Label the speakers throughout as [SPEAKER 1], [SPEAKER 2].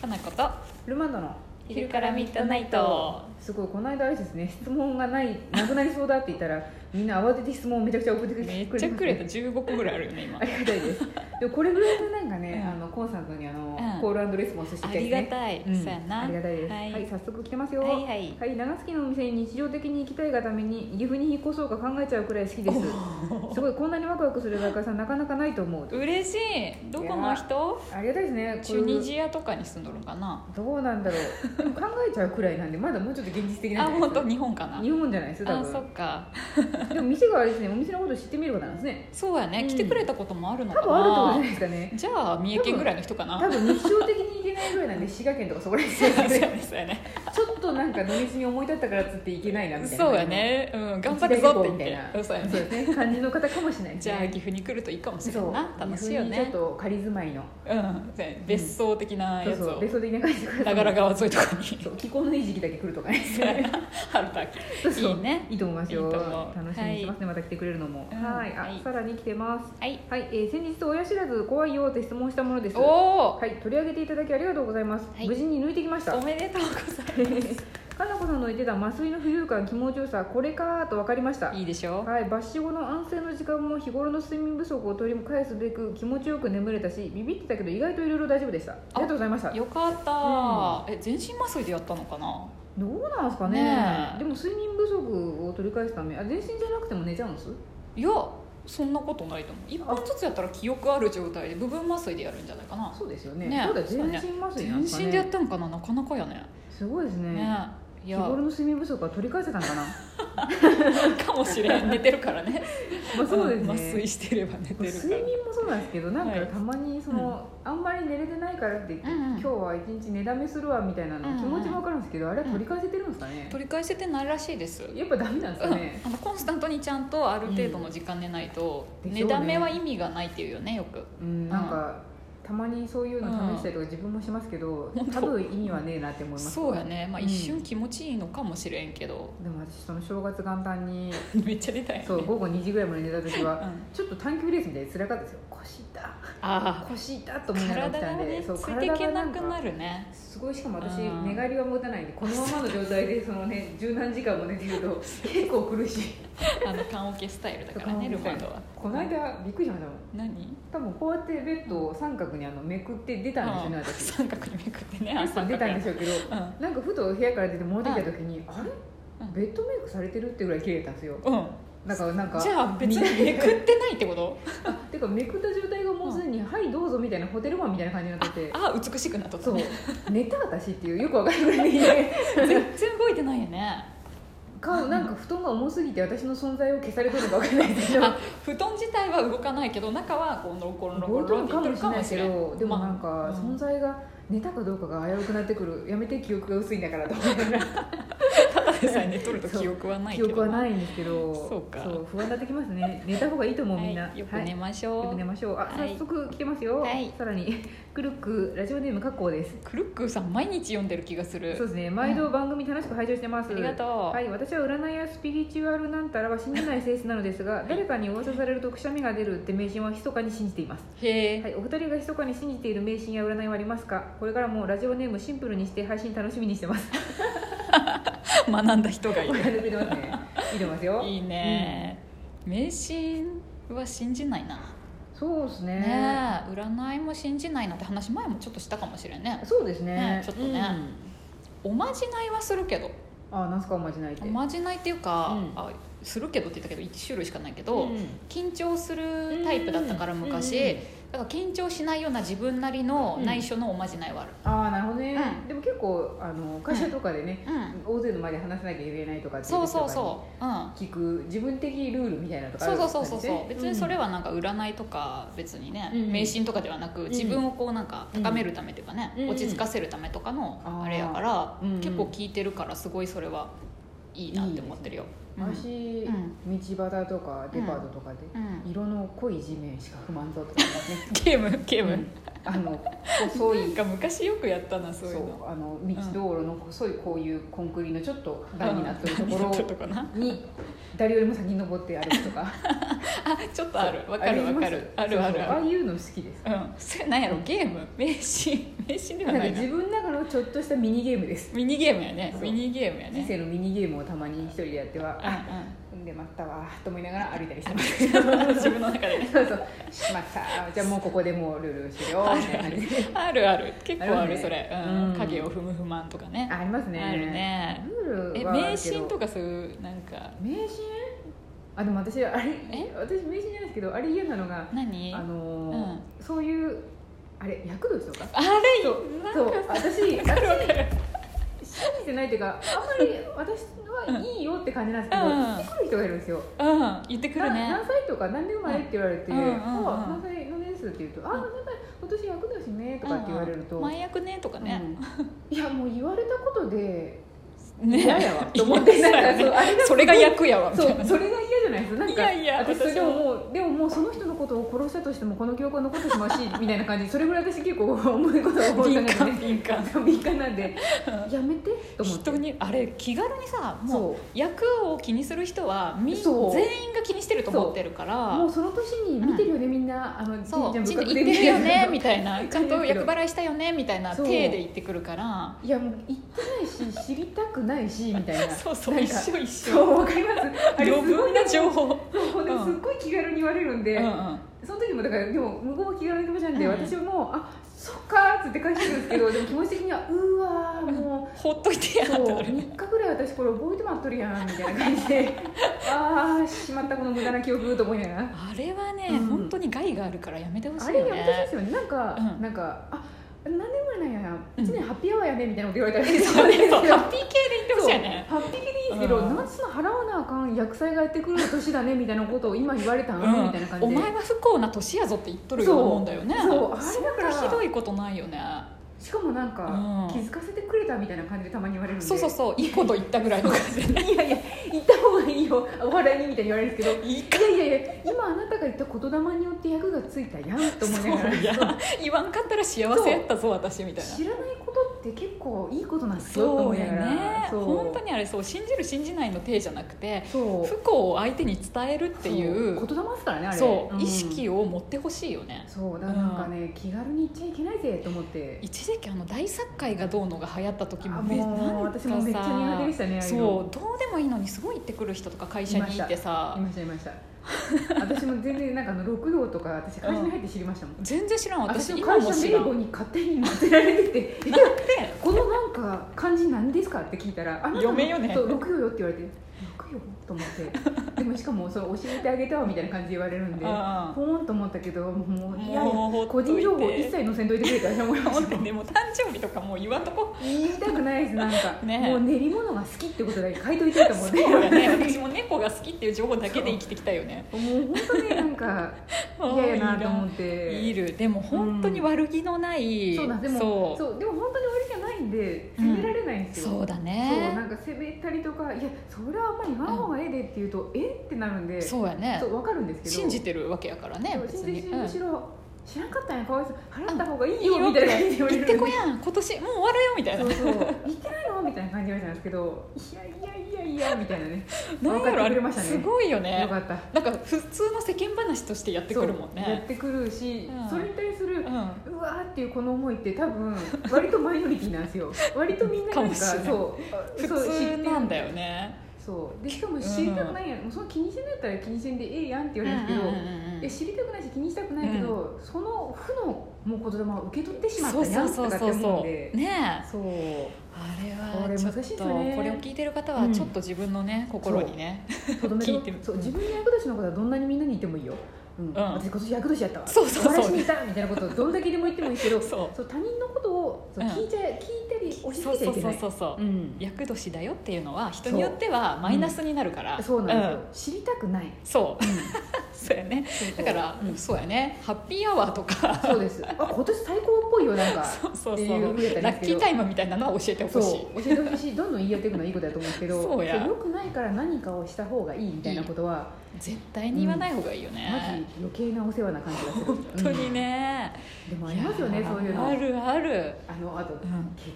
[SPEAKER 1] かなこと
[SPEAKER 2] ルマンドの
[SPEAKER 1] 昼からミッドナイト
[SPEAKER 2] すごいこの間あれですね質問がないなくなりそうだって言っ たらみんな慌てて質問をめちゃくちゃ送ってくれ
[SPEAKER 1] めっ
[SPEAKER 2] くれ
[SPEAKER 1] ちゃくれた
[SPEAKER 2] ますね
[SPEAKER 1] 15個ぐらいあるよね今
[SPEAKER 2] ありがたいですでもこれぐらいのなんかね、
[SPEAKER 1] うん
[SPEAKER 2] あのコンサートにあの、
[SPEAKER 1] うん
[SPEAKER 2] コールレスポンスして
[SPEAKER 1] あ
[SPEAKER 2] いき
[SPEAKER 1] り
[SPEAKER 2] たい
[SPEAKER 1] が
[SPEAKER 2] で
[SPEAKER 1] たい、
[SPEAKER 2] すねうん
[SPEAKER 1] そうやな
[SPEAKER 2] ありがたいです。
[SPEAKER 1] は
[SPEAKER 2] はい、
[SPEAKER 1] い、
[SPEAKER 2] 早速来てますよ。
[SPEAKER 1] はいはい
[SPEAKER 2] 長崎のお店に日常的に行きたいがために岐阜に引っ越そうか考えちゃうくらい好きです。すごいこんなにワクワクする雑貨屋さんなかなかないと思う。
[SPEAKER 1] 嬉しいどこの人
[SPEAKER 2] ありがたいですね。こう
[SPEAKER 1] チ
[SPEAKER 2] いう
[SPEAKER 1] ュニジアとかに住んどるのかな
[SPEAKER 2] どうなんだろう。でも考えちゃうくらいなんでまだもうちょっと現実的
[SPEAKER 1] あ
[SPEAKER 2] なんじゃない
[SPEAKER 1] 本
[SPEAKER 2] です
[SPEAKER 1] 当日本かな
[SPEAKER 2] 日本じゃないです多
[SPEAKER 1] あそ
[SPEAKER 2] 分
[SPEAKER 1] っか
[SPEAKER 2] でも店があれですねお店のこと知ってみることなんですね
[SPEAKER 1] そうやね、
[SPEAKER 2] うん
[SPEAKER 1] 来てくれたこともあるの
[SPEAKER 2] 多
[SPEAKER 1] かな
[SPEAKER 2] 分あるってことじゃないですかね
[SPEAKER 1] じゃあ三重県ぐらいの人かな
[SPEAKER 2] 多分日常的に行けないぐらいなんで滋賀県とかそこら 辺
[SPEAKER 1] そう
[SPEAKER 2] ですよね
[SPEAKER 1] やねそうやね
[SPEAKER 2] ちょっとなんか土日に思い立ったからっつって行けないなみたいな
[SPEAKER 1] そうやね、うん、頑張るぞって言っ
[SPEAKER 2] 一大旅行みたいな
[SPEAKER 1] てそうや
[SPEAKER 2] そ
[SPEAKER 1] ね
[SPEAKER 2] うですね感じの方かもしれないです
[SPEAKER 1] じゃあ
[SPEAKER 2] ね
[SPEAKER 1] 岐阜に来るといいかもしれ
[SPEAKER 2] そ
[SPEAKER 1] ん
[SPEAKER 2] う
[SPEAKER 1] な楽しいよ
[SPEAKER 2] 岐阜に
[SPEAKER 1] ね
[SPEAKER 2] ちょっと仮住まいの
[SPEAKER 1] うんそうやね別荘的な
[SPEAKER 2] そう
[SPEAKER 1] やつ
[SPEAKER 2] そう
[SPEAKER 1] を
[SPEAKER 2] 別荘的な感じでください
[SPEAKER 1] 長良川沿いとかに
[SPEAKER 2] そう気候のいい時期だけ来るとかね
[SPEAKER 1] そう やな春と秋
[SPEAKER 2] そうそう
[SPEAKER 1] いいね
[SPEAKER 2] いいと思いますよ
[SPEAKER 1] いいと思う
[SPEAKER 2] 楽しみにしてますね、また来てくれるのも、
[SPEAKER 1] うん
[SPEAKER 2] はいあ、
[SPEAKER 1] はい
[SPEAKER 2] さらに来てます
[SPEAKER 1] はい
[SPEAKER 2] はい、えー先日親知らず怖いよって質問したものです
[SPEAKER 1] おお、
[SPEAKER 2] はい、取り上げていただきありがとうございます。
[SPEAKER 1] はい
[SPEAKER 2] 無事に抜いてきました。
[SPEAKER 1] おめでとうございます
[SPEAKER 2] かなこさんの言ってた麻酔の浮遊感気持ちよさ、これかーと分かりました。
[SPEAKER 1] いいでしょ
[SPEAKER 2] はい、抜歯後の安静の時間も日頃の睡眠不足を取り返すべく気持ちよく眠れたし、ビビってたけど意外といろいろ大丈夫でした。ありがとうございました。ど
[SPEAKER 1] よかった、え全身麻酔でやったのかな
[SPEAKER 2] うなんですかね
[SPEAKER 1] ねえ
[SPEAKER 2] でも睡眠不足を取り返すため、あ全身じゃなくても寝ちゃうんです
[SPEAKER 1] いやそんなことないと思う一本ずつやったら記憶ある状態で部分麻酔でやるんじゃないかな
[SPEAKER 2] そうですよね。
[SPEAKER 1] ねえ
[SPEAKER 2] そうだ、全身麻酔なん
[SPEAKER 1] 全
[SPEAKER 2] ですか
[SPEAKER 1] 身でやっ
[SPEAKER 2] ね。
[SPEAKER 1] たんかななかなかやね
[SPEAKER 2] すごいですね。
[SPEAKER 1] ねい
[SPEAKER 2] 日
[SPEAKER 1] や
[SPEAKER 2] 頃の睡眠不足は取り返せたのか な。
[SPEAKER 1] かもし れん寝てるからね
[SPEAKER 2] まあそうですね。
[SPEAKER 1] 麻酔してれば寝てるか
[SPEAKER 2] 睡眠もそうなんですけどなん
[SPEAKER 1] は
[SPEAKER 2] か
[SPEAKER 1] い
[SPEAKER 2] たまにその、あんまり寝れてないからって、
[SPEAKER 1] ら、うんうん
[SPEAKER 2] 今日は一日寝だめするわみたいなの、
[SPEAKER 1] うんうん
[SPEAKER 2] 気持ちも分かるんですけどあれは取り返せてるんですかね、
[SPEAKER 1] 取り返せてないらしいです
[SPEAKER 2] やっぱダメなんですかね、
[SPEAKER 1] あのコンスタントにちゃんとある程度の時間寝ないと、
[SPEAKER 2] うんで
[SPEAKER 1] 寝
[SPEAKER 2] しょうね
[SPEAKER 1] だめは意味がないっていうよねよく
[SPEAKER 2] うんなんかたまにそういうの試したりとか自分もしますけど、多分意味はねえなって思います
[SPEAKER 1] そうやね、まあ、
[SPEAKER 2] うん
[SPEAKER 1] 一瞬気持ちいいのかもしれんけど、
[SPEAKER 2] でも私その正月元旦に
[SPEAKER 1] めっちゃ出たよね
[SPEAKER 2] そう
[SPEAKER 1] うん、
[SPEAKER 2] 午後2時ぐらいまで寝た時は
[SPEAKER 1] あ
[SPEAKER 2] ちょっと短距離レースみたいで辛かったですよ腰痛
[SPEAKER 1] あ
[SPEAKER 2] 腰痛と思いなが
[SPEAKER 1] 体
[SPEAKER 2] ら来
[SPEAKER 1] が
[SPEAKER 2] たんで
[SPEAKER 1] ねつ
[SPEAKER 2] そう
[SPEAKER 1] いていけな
[SPEAKER 2] 体
[SPEAKER 1] く
[SPEAKER 2] がんか
[SPEAKER 1] なるね
[SPEAKER 2] すごいしかも私
[SPEAKER 1] うん
[SPEAKER 2] 寝返りは持たないんでこのままの状態 でそのね十何時間も寝てると結構苦しい
[SPEAKER 1] あの缶オケスタイルだからねル
[SPEAKER 2] そう
[SPEAKER 1] マンドは
[SPEAKER 2] この間びっくりしましたもん
[SPEAKER 1] 何
[SPEAKER 2] 多分こうやってベッドを三角にあのめくって出たんですよね
[SPEAKER 1] うん
[SPEAKER 2] 私
[SPEAKER 1] 三角にめく ってねあ
[SPEAKER 2] 結構
[SPEAKER 1] 三角
[SPEAKER 2] 出たん
[SPEAKER 1] や
[SPEAKER 2] でしょうけど
[SPEAKER 1] うん
[SPEAKER 2] なんかふと部屋から出て戻ってきた時にあれ
[SPEAKER 1] うん
[SPEAKER 2] ベッドメイクされてるってぐらい綺麗だったんですよ
[SPEAKER 1] うん、
[SPEAKER 2] だからなんか
[SPEAKER 1] じゃあ別にめくってないってこと
[SPEAKER 2] てかめくった状態がもうすでに「はいどうぞ」みたいなホテルマンみたいな感じになってて
[SPEAKER 1] ああ美しくなっとった
[SPEAKER 2] そう
[SPEAKER 1] ね
[SPEAKER 2] 寝た私っていうよくわかるぐらい で
[SPEAKER 1] 全然動いてないよね
[SPEAKER 2] 顔なんか布団が重すぎて私の存在を消されてるのかわかんないですけど
[SPEAKER 1] あ布団自体は動かないけど中はこうロコロロコ
[SPEAKER 2] ボ
[SPEAKER 1] ロ
[SPEAKER 2] ート
[SPEAKER 1] ロっ
[SPEAKER 2] ン
[SPEAKER 1] て
[SPEAKER 2] か
[SPEAKER 1] 言って
[SPEAKER 2] も
[SPEAKER 1] る
[SPEAKER 2] しれ
[SPEAKER 1] か
[SPEAKER 2] な
[SPEAKER 1] も
[SPEAKER 2] い
[SPEAKER 1] しれん
[SPEAKER 2] け どでもなん
[SPEAKER 1] まあ
[SPEAKER 2] か
[SPEAKER 1] うん
[SPEAKER 2] 存在が寝たかどうかが危うくなってくるやめて記憶が薄いんだからと 思いながら
[SPEAKER 1] ただ でさえ寝とると記憶はない
[SPEAKER 2] 記
[SPEAKER 1] けど
[SPEAKER 2] 憶はないいんですけど
[SPEAKER 1] そうか
[SPEAKER 2] 不安になってきますね寝た方がいいと思うみんな
[SPEAKER 1] はい、よく寝ましょ、
[SPEAKER 2] はいうよく寝ましょうあ
[SPEAKER 1] はい
[SPEAKER 2] 早速来てますよ
[SPEAKER 1] はい
[SPEAKER 2] さらにクルックラジオネームかっこうです
[SPEAKER 1] クルックさん毎日読んでる気がする
[SPEAKER 2] そうですね毎度番組楽しく拝聴してます
[SPEAKER 1] ありがとう、
[SPEAKER 2] はい、私は占いやスピリチュアルなんたらは信じない性質なのですが誰かに噂されるとくしゃみが出るって迷信は密かに信じています
[SPEAKER 1] へえ、
[SPEAKER 2] はい、お二人が密かに信じている迷信や占いはありますかこれからもラジオネームシンプルにして配信楽しみにしてます
[SPEAKER 1] 学んだ人がい
[SPEAKER 2] お
[SPEAKER 1] る
[SPEAKER 2] 金出てますね出てますよ
[SPEAKER 1] いいね、迷信は信じないな
[SPEAKER 2] そうですね
[SPEAKER 1] ねえ占いも信じないなんて話前もちょっとしたかもしれんね
[SPEAKER 2] そうですね
[SPEAKER 1] ねちょっとねおまじないはするけど
[SPEAKER 2] うん、あなんすかおまじないって
[SPEAKER 1] おまじないっていうか、
[SPEAKER 2] うん
[SPEAKER 1] あするけどって言ったけど1種類しかないけ
[SPEAKER 2] う
[SPEAKER 1] ど、
[SPEAKER 2] ん
[SPEAKER 1] 緊張するタイプだったから
[SPEAKER 2] うん
[SPEAKER 1] 昔、
[SPEAKER 2] うん
[SPEAKER 1] だから緊張しないような自分なりの内緒のおまじないはある、
[SPEAKER 2] ああなるほどね、
[SPEAKER 1] うん
[SPEAKER 2] でも結構あの会社とかでね、
[SPEAKER 1] うん
[SPEAKER 2] 大勢の前で話さなきゃいけないとかってい
[SPEAKER 1] そう
[SPEAKER 2] う人
[SPEAKER 1] そう
[SPEAKER 2] とか
[SPEAKER 1] そう、うん、
[SPEAKER 2] に聞く自分的ルールみたいなのとかあ
[SPEAKER 1] そう
[SPEAKER 2] る
[SPEAKER 1] んそう
[SPEAKER 2] です
[SPEAKER 1] そうそうそ
[SPEAKER 2] かね
[SPEAKER 1] う別にそれはなんか占いとか別にね、
[SPEAKER 2] うん
[SPEAKER 1] 迷信とかではなく自分をこうなんか高めるためというかね、
[SPEAKER 2] うん
[SPEAKER 1] 落ち着かせるためとかのあれやから、
[SPEAKER 2] うん
[SPEAKER 1] 結構聞いてるからすごいそれはいいなって思ってるよ、うん
[SPEAKER 2] 足、道端とかデパートとかで、
[SPEAKER 1] うん
[SPEAKER 2] 色の濃い地面しか不満そうとかね
[SPEAKER 1] ゲームゲーム、
[SPEAKER 2] うんあの 細い
[SPEAKER 1] なんか昔よくやったな
[SPEAKER 2] そ
[SPEAKER 1] そう
[SPEAKER 2] う
[SPEAKER 1] いうの
[SPEAKER 2] あの道道路の細いこういうコンクリのちょっと台になってるとこ
[SPEAKER 1] うん ちょっと
[SPEAKER 2] ろ
[SPEAKER 1] かな
[SPEAKER 2] に誰よりも先に登って歩くとか
[SPEAKER 1] あちょっとあるわかるわかるあ
[SPEAKER 2] り
[SPEAKER 1] る
[SPEAKER 2] ます
[SPEAKER 1] ある
[SPEAKER 2] そうそうあ
[SPEAKER 1] あ
[SPEAKER 2] あ
[SPEAKER 1] る
[SPEAKER 2] いうの好きです
[SPEAKER 1] うんそれなんやろゲーム名刺名刺では
[SPEAKER 2] なん
[SPEAKER 1] な
[SPEAKER 2] か
[SPEAKER 1] いな
[SPEAKER 2] 自分の中のちょっとしたミニゲームです
[SPEAKER 1] ミニゲームやね
[SPEAKER 2] そう
[SPEAKER 1] ミニゲームや
[SPEAKER 2] 人
[SPEAKER 1] ね
[SPEAKER 2] 生のミニゲームをたまに一人でやっては
[SPEAKER 1] うん
[SPEAKER 2] あ
[SPEAKER 1] う
[SPEAKER 2] 産んでまったわと思いながら歩いたりしてま す
[SPEAKER 1] ん自分の中でね
[SPEAKER 2] そうそうしまったじゃあもうここでもうルール終了
[SPEAKER 1] あ
[SPEAKER 2] み
[SPEAKER 1] る
[SPEAKER 2] たいな
[SPEAKER 1] あ
[SPEAKER 2] 感
[SPEAKER 1] る
[SPEAKER 2] じで
[SPEAKER 1] あるある結構あ
[SPEAKER 2] ある
[SPEAKER 1] る
[SPEAKER 2] ね
[SPEAKER 1] それ
[SPEAKER 2] う
[SPEAKER 1] うんん影を踏む不満とかね
[SPEAKER 2] あります ね
[SPEAKER 1] あるね
[SPEAKER 2] ルー
[SPEAKER 1] え
[SPEAKER 2] ルはあるけど
[SPEAKER 1] 迷信とかそういうなんか
[SPEAKER 2] 迷信あでも私あれ
[SPEAKER 1] え
[SPEAKER 2] 私迷信じゃないですけどあれ嫌なのが
[SPEAKER 1] 何
[SPEAKER 2] あ
[SPEAKER 1] あ
[SPEAKER 2] のー
[SPEAKER 1] うん
[SPEAKER 2] そういうあれ厄年とか
[SPEAKER 1] れ
[SPEAKER 2] そう
[SPEAKER 1] なんか
[SPEAKER 2] そう私
[SPEAKER 1] わかるわかる
[SPEAKER 2] 信じてないっていうかあんまり私はいいよって感じなんですけど、
[SPEAKER 1] うん
[SPEAKER 2] 言ってくる人がいるんですよ、
[SPEAKER 1] うん言ってくる
[SPEAKER 2] な
[SPEAKER 1] ね
[SPEAKER 2] 何歳とか何年生まれって言われて「
[SPEAKER 1] うんうんうんうん
[SPEAKER 2] あ何歳の年数」って言うと「あ
[SPEAKER 1] うん
[SPEAKER 2] なんか今年役だしね」とかって言われると、
[SPEAKER 1] うん前役ねとかね
[SPEAKER 2] うんいやもう言われたことで
[SPEAKER 1] ね
[SPEAKER 2] 嫌やわと思ってな んかそうあれが
[SPEAKER 1] それが役やわみ
[SPEAKER 2] そ
[SPEAKER 1] た
[SPEAKER 2] う
[SPEAKER 1] いな
[SPEAKER 2] それが嫌じゃないですかなんか
[SPEAKER 1] いやいや
[SPEAKER 2] 私
[SPEAKER 1] 私も
[SPEAKER 2] でももうでももうその人のことを殺したとしてもこの記憶は残 ってしまうしみたいな感じそれぐらい私結構思うことを思う
[SPEAKER 1] 敏感敏感
[SPEAKER 2] 敏感な んでやめてと思って
[SPEAKER 1] 人にあれ気軽にさもう
[SPEAKER 2] そう
[SPEAKER 1] 役を気にする人はみん
[SPEAKER 2] そう
[SPEAKER 1] 全員が気にしてると思ってるから
[SPEAKER 2] もうその年に見てるよね、みんなあの
[SPEAKER 1] そうちゃん
[SPEAKER 2] 神
[SPEAKER 1] と
[SPEAKER 2] 社
[SPEAKER 1] 言って
[SPEAKER 2] 仏閣で
[SPEAKER 1] るよね
[SPEAKER 2] み
[SPEAKER 1] み
[SPEAKER 2] たい
[SPEAKER 1] たい なちゃんと役払いしたよねみたいな
[SPEAKER 2] そう
[SPEAKER 1] 体で言ってくるから
[SPEAKER 2] ないやもう言ってないし知りたくないしみたい な
[SPEAKER 1] そうそう
[SPEAKER 2] なん
[SPEAKER 1] 一
[SPEAKER 2] か
[SPEAKER 1] 緒一
[SPEAKER 2] そ
[SPEAKER 1] 緒
[SPEAKER 2] うわかりますあれす
[SPEAKER 1] 余
[SPEAKER 2] ご
[SPEAKER 1] 分
[SPEAKER 2] い
[SPEAKER 1] な情報
[SPEAKER 2] そうで
[SPEAKER 1] うん
[SPEAKER 2] すっごい気軽に言われるんで、
[SPEAKER 1] うんうん
[SPEAKER 2] その時もだからでも向こうは気軽な気持ちなんで、
[SPEAKER 1] うん
[SPEAKER 2] 私はもうあそっかーっつって返してるんです けどでも気持ち的にはうわーも
[SPEAKER 1] ほっといて
[SPEAKER 2] う
[SPEAKER 1] や
[SPEAKER 2] そう
[SPEAKER 1] ってなる
[SPEAKER 2] 3日ぐらい私これ覚えてまっとるやんみたいな感じで ああしまったこの無駄な記憶と思いながら
[SPEAKER 1] あれはね
[SPEAKER 2] うん
[SPEAKER 1] 本当に害があるからやめてほし
[SPEAKER 2] あ
[SPEAKER 1] い
[SPEAKER 2] れ
[SPEAKER 1] よ
[SPEAKER 2] やめてほしいで
[SPEAKER 1] ね
[SPEAKER 2] すよねなんか、
[SPEAKER 1] うん
[SPEAKER 2] なんかあ何年ぐらいなんや
[SPEAKER 1] うん
[SPEAKER 2] 1年ハッピーアワーやねみたいなこと言われたら
[SPEAKER 1] そうねそう
[SPEAKER 2] け
[SPEAKER 1] ハ
[SPEAKER 2] ど
[SPEAKER 1] ッピー系で言ってほしいよね
[SPEAKER 2] そうハッピー系でいいですけど、
[SPEAKER 1] うん
[SPEAKER 2] なんでその払わなあかん薬剤がやってくる年だねみたいなことを今言われたん、みたいな感
[SPEAKER 1] う
[SPEAKER 2] じ
[SPEAKER 1] ん、お
[SPEAKER 2] で
[SPEAKER 1] 前は不幸な年やぞって言っとるようなもんだよね
[SPEAKER 2] そうそうあれ
[SPEAKER 1] そん
[SPEAKER 2] だから
[SPEAKER 1] なひどいことないよね
[SPEAKER 2] しかもなんか、
[SPEAKER 1] うん
[SPEAKER 2] 気づかせてくれたみたいな感じでたまに言われるんで
[SPEAKER 1] そうそうそういいこと言ったぐらいの感じでね
[SPEAKER 2] いやいや行った方がいいよお笑いにみたいに言われるんですけど
[SPEAKER 1] いい
[SPEAKER 2] いやいやいや今あなたが言った言霊によって役がついたやんと思いながら
[SPEAKER 1] そうや言わんかったら幸せやったぞ私みたいな
[SPEAKER 2] 知らないことって結構いいことなんですよと
[SPEAKER 1] そ
[SPEAKER 2] 思
[SPEAKER 1] う
[SPEAKER 2] い
[SPEAKER 1] や
[SPEAKER 2] なが
[SPEAKER 1] ね
[SPEAKER 2] ら
[SPEAKER 1] 本当にあれそう信じる信じないの体じゃなくて
[SPEAKER 2] そう
[SPEAKER 1] 不幸を相手に伝えるっていう
[SPEAKER 2] そう言霊ですからねあれ
[SPEAKER 1] そう、
[SPEAKER 2] ん
[SPEAKER 1] 意識を持ってほしいよね
[SPEAKER 2] そうだからなんかね、気軽に言っちゃいけないぜと思って
[SPEAKER 1] 一時期あの大殺界がどうのが流行った時も
[SPEAKER 2] あ
[SPEAKER 1] め
[SPEAKER 2] もう
[SPEAKER 1] なんか
[SPEAKER 2] 私もめっちゃ苦手でしたねああいうの
[SPEAKER 1] そうどうでもいいのにすごい行ってくる人とか会社にいてさ
[SPEAKER 2] いましたいました私も全然なんかあの六道とか私会社に入って知りましたもん、
[SPEAKER 1] 全然知らん私
[SPEAKER 2] 私の
[SPEAKER 1] 今
[SPEAKER 2] 会
[SPEAKER 1] も
[SPEAKER 2] 社
[SPEAKER 1] 知
[SPEAKER 2] 名
[SPEAKER 1] ら
[SPEAKER 2] 簿
[SPEAKER 1] ん
[SPEAKER 2] に勝手に載せられてて「いや
[SPEAKER 1] で
[SPEAKER 2] このなんか漢字何ですか?」って聞い たら「あなたの
[SPEAKER 1] 嫁よね
[SPEAKER 2] そう六曜よ」って言われて「六曜?」と思ってで もしかもそれ教えてあげたわみたいな感じで言われるんで
[SPEAKER 1] うんうん
[SPEAKER 2] ポーンと思ったけどもういやいや
[SPEAKER 1] もうほっと
[SPEAKER 2] 個
[SPEAKER 1] いて
[SPEAKER 2] 人情報一切載せんといてくれたら思いま
[SPEAKER 1] ほん
[SPEAKER 2] し
[SPEAKER 1] と
[SPEAKER 2] た
[SPEAKER 1] にねもう誕生日とかもう言わんとこ
[SPEAKER 2] 言いたくないですなんか、
[SPEAKER 1] ね
[SPEAKER 2] もう練り物が好きってことだけ書いといてると思
[SPEAKER 1] そ
[SPEAKER 2] っ
[SPEAKER 1] う
[SPEAKER 2] て
[SPEAKER 1] だね私も猫が好きっていう情報だけで生きてきたよね
[SPEAKER 2] もう本当にな んか嫌やなと思って
[SPEAKER 1] いるでも本当に悪気のない、
[SPEAKER 2] そうだでも
[SPEAKER 1] そ
[SPEAKER 2] そう
[SPEAKER 1] う
[SPEAKER 2] でも本当に悪いじゃないんで責められないんですよ、
[SPEAKER 1] そうだ
[SPEAKER 2] そうな
[SPEAKER 1] ね
[SPEAKER 2] んか責めたりとかいやそれはあんまり言わん方がええでって言うと、えってなるんで
[SPEAKER 1] そうやね
[SPEAKER 2] そうわかるんですけど
[SPEAKER 1] 信じてるわけやからね
[SPEAKER 2] そう
[SPEAKER 1] 別
[SPEAKER 2] 信
[SPEAKER 1] に、
[SPEAKER 2] じ
[SPEAKER 1] うん、
[SPEAKER 2] むしろ知らんかったんやかわいそう払った方がいい
[SPEAKER 1] いい
[SPEAKER 2] よ
[SPEAKER 1] よ
[SPEAKER 2] み
[SPEAKER 1] ったて
[SPEAKER 2] いな感じで言われ
[SPEAKER 1] 言っ
[SPEAKER 2] るんで
[SPEAKER 1] てこやん今年もう終わるよみたいな
[SPEAKER 2] そうそう言ってないのみたいな感じ言われたんですけどいやいやいやいやみたいなね
[SPEAKER 1] なんや
[SPEAKER 2] 分
[SPEAKER 1] ろ
[SPEAKER 2] かって
[SPEAKER 1] あ
[SPEAKER 2] く
[SPEAKER 1] れ
[SPEAKER 2] れましたね
[SPEAKER 1] すごいよ
[SPEAKER 2] よ
[SPEAKER 1] ね
[SPEAKER 2] かった
[SPEAKER 1] なんか普通の世間話としてやってくるもん
[SPEAKER 2] そうやっ
[SPEAKER 1] ね
[SPEAKER 2] てくるし、
[SPEAKER 1] うん
[SPEAKER 2] それに対す
[SPEAKER 1] う、
[SPEAKER 2] る
[SPEAKER 1] ん
[SPEAKER 2] うわーっていうこの思いって多分割とマイノリティなんですよ割とみんななん
[SPEAKER 1] かも
[SPEAKER 2] か
[SPEAKER 1] しれない
[SPEAKER 2] そう
[SPEAKER 1] 普
[SPEAKER 2] そう知って
[SPEAKER 1] 通
[SPEAKER 2] る
[SPEAKER 1] なんだよね
[SPEAKER 2] そうでしかも知りたくないやん、もうその気にしてないったら気にせんでええやんって言われるんですけど、
[SPEAKER 1] うんうんうんうん
[SPEAKER 2] いや知りたくないし気にしたくないけど、その負のもう言霊を受け取ってしまっ
[SPEAKER 1] そう
[SPEAKER 2] たや
[SPEAKER 1] そうん
[SPEAKER 2] と
[SPEAKER 1] そう
[SPEAKER 2] かって
[SPEAKER 1] そう
[SPEAKER 2] 思うん
[SPEAKER 1] そ
[SPEAKER 2] で
[SPEAKER 1] うねえ
[SPEAKER 2] そう
[SPEAKER 1] あれ
[SPEAKER 2] あ
[SPEAKER 1] は
[SPEAKER 2] れ
[SPEAKER 1] ちょ
[SPEAKER 2] 難
[SPEAKER 1] っ
[SPEAKER 2] しい
[SPEAKER 1] と
[SPEAKER 2] っすね
[SPEAKER 1] これを聞いてる方はちょっと自分のね心にね
[SPEAKER 2] とどめて
[SPEAKER 1] 聞いてみ
[SPEAKER 2] そう自分の役立ちのことはどんなにみんなに言ってもいいようん
[SPEAKER 1] ん
[SPEAKER 2] 私今年厄年やったわ
[SPEAKER 1] そうそうそう
[SPEAKER 2] お話にいたみたいなことをどんだけでも言ってもいいけど
[SPEAKER 1] そう
[SPEAKER 2] そう他人のことをそう
[SPEAKER 1] うん
[SPEAKER 2] 聞いちゃ、聞いたり押し
[SPEAKER 1] そ
[SPEAKER 2] 付
[SPEAKER 1] う
[SPEAKER 2] けち
[SPEAKER 1] そ
[SPEAKER 2] ゃい
[SPEAKER 1] そう
[SPEAKER 2] うけない
[SPEAKER 1] そうそうう、
[SPEAKER 2] ん
[SPEAKER 1] 厄年だよっていうのは人によってはマイナスになるから
[SPEAKER 2] そうなんです
[SPEAKER 1] ん
[SPEAKER 2] よ、知りたくない、
[SPEAKER 1] そう そうやね
[SPEAKER 2] そうそ
[SPEAKER 1] だ
[SPEAKER 2] う
[SPEAKER 1] から、
[SPEAKER 2] うん
[SPEAKER 1] そうやねハッピーアワーとか
[SPEAKER 2] そうですあ今年最高っぽいよなんか
[SPEAKER 1] そうそう
[SPEAKER 2] って
[SPEAKER 1] そ
[SPEAKER 2] いう
[SPEAKER 1] う
[SPEAKER 2] 増えたり
[SPEAKER 1] ラ
[SPEAKER 2] す
[SPEAKER 1] ッ
[SPEAKER 2] け
[SPEAKER 1] キ
[SPEAKER 2] ど
[SPEAKER 1] ータイムみたいなのは教えてほしい
[SPEAKER 2] そう教えてほしいしどんどん言い合っていくのはいいことだと思うんですけど
[SPEAKER 1] そうや
[SPEAKER 2] よくないから何かをした方がいいみたいなことは
[SPEAKER 1] 絶対に言わない方がいいよ
[SPEAKER 2] マジ
[SPEAKER 1] ね、
[SPEAKER 2] 余計なお世話な感じがする
[SPEAKER 1] 本当にね、
[SPEAKER 2] うんでもありますよね
[SPEAKER 1] やー
[SPEAKER 2] そういうの
[SPEAKER 1] あるある、
[SPEAKER 2] あのあと
[SPEAKER 1] うん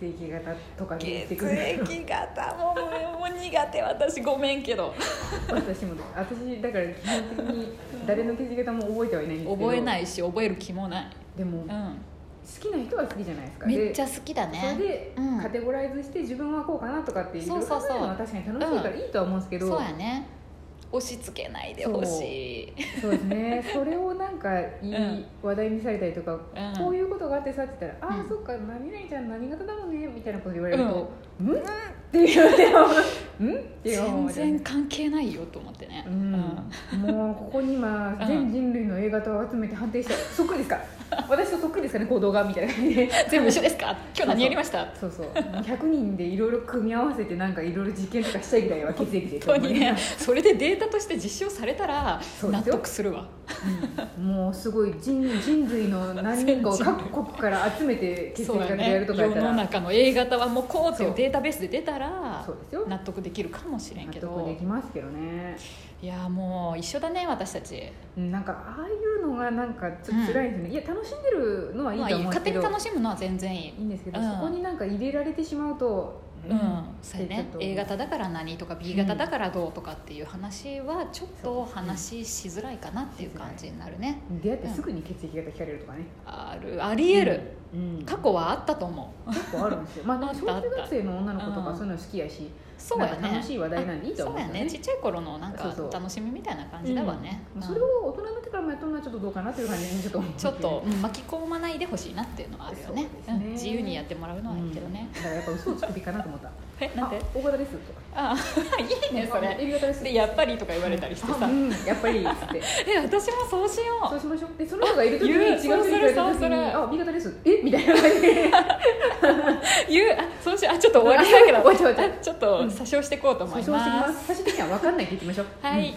[SPEAKER 2] 血液型とかに言って
[SPEAKER 1] 血
[SPEAKER 2] くる
[SPEAKER 1] 液型ももう苦手私ごめんけど
[SPEAKER 2] 私も私だから基本的に誰の血液型も覚えてはいないんですけど
[SPEAKER 1] 覚えないいし覚える気もない、
[SPEAKER 2] でも
[SPEAKER 1] う
[SPEAKER 2] 好
[SPEAKER 1] ん、
[SPEAKER 2] きな人は好きじゃないですか
[SPEAKER 1] めっち
[SPEAKER 2] ゃ
[SPEAKER 1] ゃ好きだ
[SPEAKER 2] それ
[SPEAKER 1] ね
[SPEAKER 2] で
[SPEAKER 1] うん
[SPEAKER 2] カテゴライズして自分はこうかなとかっていう
[SPEAKER 1] そうそうそう
[SPEAKER 2] 考えるのは確かに楽しいからいいとは思うんですけど
[SPEAKER 1] そうやね押し付けないでほしい
[SPEAKER 2] そうですねそれをなんかいい話題にされたりとか
[SPEAKER 1] うん
[SPEAKER 2] こういうことがあってさって言ったら「あ
[SPEAKER 1] う
[SPEAKER 2] あ
[SPEAKER 1] ん
[SPEAKER 2] そっか何々ちゃん何型だもんね」みたいなこと言われると「うん?」っていうね「 うん?」っていう
[SPEAKER 1] 全
[SPEAKER 2] 思い
[SPEAKER 1] 然関係ないよと思ってね、
[SPEAKER 2] うん、もうここに今
[SPEAKER 1] うん
[SPEAKER 2] 全人類の A 型を集めて判定したそっくりですか私とそっくりですかね行動がみたいな感じで
[SPEAKER 1] 全部一緒ですか今日何やりました
[SPEAKER 2] そうそうもう100人でいろいろ組み合わせてなんかいろいろ実験とかしたいぐらいは血液で
[SPEAKER 1] 本当にね それでデータとして実証されたら
[SPEAKER 2] そうで
[SPEAKER 1] 納
[SPEAKER 2] すよ
[SPEAKER 1] 得するわ
[SPEAKER 2] うんもうすごい人人類の何人かを各国から集めて血液
[SPEAKER 1] そう
[SPEAKER 2] 型
[SPEAKER 1] や
[SPEAKER 2] でやる
[SPEAKER 1] ね
[SPEAKER 2] とか
[SPEAKER 1] 世
[SPEAKER 2] やったら
[SPEAKER 1] の中の A 型はもうこうってい
[SPEAKER 2] そう
[SPEAKER 1] うデータベースで出たら
[SPEAKER 2] そうですよ
[SPEAKER 1] 納得できるかもしれん
[SPEAKER 2] 納
[SPEAKER 1] け
[SPEAKER 2] 得で
[SPEAKER 1] ど
[SPEAKER 2] きますけどね
[SPEAKER 1] いやもう一緒だね私たち
[SPEAKER 2] うんなんかああいうのがなんかちょっと辛いですね、いや楽しんでるのはいい
[SPEAKER 1] まあ
[SPEAKER 2] と
[SPEAKER 1] いい
[SPEAKER 2] 思うんです
[SPEAKER 1] 勝手
[SPEAKER 2] け
[SPEAKER 1] に
[SPEAKER 2] ど、
[SPEAKER 1] 楽しむのは全然いい
[SPEAKER 2] いいんですけど、
[SPEAKER 1] うん
[SPEAKER 2] そこになんか入れられてしまうと、
[SPEAKER 1] うん、そうや
[SPEAKER 2] って
[SPEAKER 1] ね
[SPEAKER 2] ちょっと
[SPEAKER 1] A 型だから何とか B 型だからどうとかっていう話はちょっと話しづらいかなっていう感じになるね
[SPEAKER 2] 出会ってすぐに血液型聞かれるとかね、
[SPEAKER 1] あるありえる、
[SPEAKER 2] うん
[SPEAKER 1] 過去はあったと思う
[SPEAKER 2] 結構あるんですよまあでも
[SPEAKER 1] あっ
[SPEAKER 2] 小
[SPEAKER 1] たあった
[SPEAKER 2] 中学生の女の子と
[SPEAKER 1] う
[SPEAKER 2] か
[SPEAKER 1] ん
[SPEAKER 2] そういうの好きやし、
[SPEAKER 1] そうや
[SPEAKER 2] なんか
[SPEAKER 1] ね
[SPEAKER 2] 楽しい話題なんでいいと思うんです
[SPEAKER 1] あ
[SPEAKER 2] よね
[SPEAKER 1] そうやねちっちゃい頃のなん
[SPEAKER 2] そう
[SPEAKER 1] か
[SPEAKER 2] そう
[SPEAKER 1] 楽しみみたいな感じだわね、
[SPEAKER 2] まあ
[SPEAKER 1] うん
[SPEAKER 2] それを大人になってからもやっとるのはちょっとどうかなという感じにちょっと思
[SPEAKER 1] ちょっとうん巻き込まないでほしいなっていうのはあるよね
[SPEAKER 2] そうですね
[SPEAKER 1] うん自由にやってもらうのはいいけどね、
[SPEAKER 2] うんだからやっぱ嘘をつくべきかなと思った
[SPEAKER 1] えなんで
[SPEAKER 2] あ大型ですとか
[SPEAKER 1] あいいねそ
[SPEAKER 2] あ
[SPEAKER 1] れ
[SPEAKER 2] A 型です
[SPEAKER 1] でやっぱりとか言われたりして
[SPEAKER 2] あ
[SPEAKER 1] さ
[SPEAKER 2] うんやっぱりっつって
[SPEAKER 1] え私もそうし
[SPEAKER 2] そ
[SPEAKER 1] よ
[SPEAKER 2] うしましょうでその人がいる時に
[SPEAKER 1] あ
[SPEAKER 2] 違
[SPEAKER 1] 言
[SPEAKER 2] う
[SPEAKER 1] う
[SPEAKER 2] 人がいる
[SPEAKER 1] そう
[SPEAKER 2] 時
[SPEAKER 1] するそうす
[SPEAKER 2] に
[SPEAKER 1] る
[SPEAKER 2] あ B 型ですえみたいな感じで
[SPEAKER 1] う言うあそうしようあちょっと終わりだけど
[SPEAKER 2] あ終わっちゃう終わ っ
[SPEAKER 1] ちょっと詐称していこうと思
[SPEAKER 2] 訴訟
[SPEAKER 1] い
[SPEAKER 2] してきま
[SPEAKER 1] ます
[SPEAKER 2] す最終的には分かんないって言ってみましょう
[SPEAKER 1] は
[SPEAKER 2] うん
[SPEAKER 1] い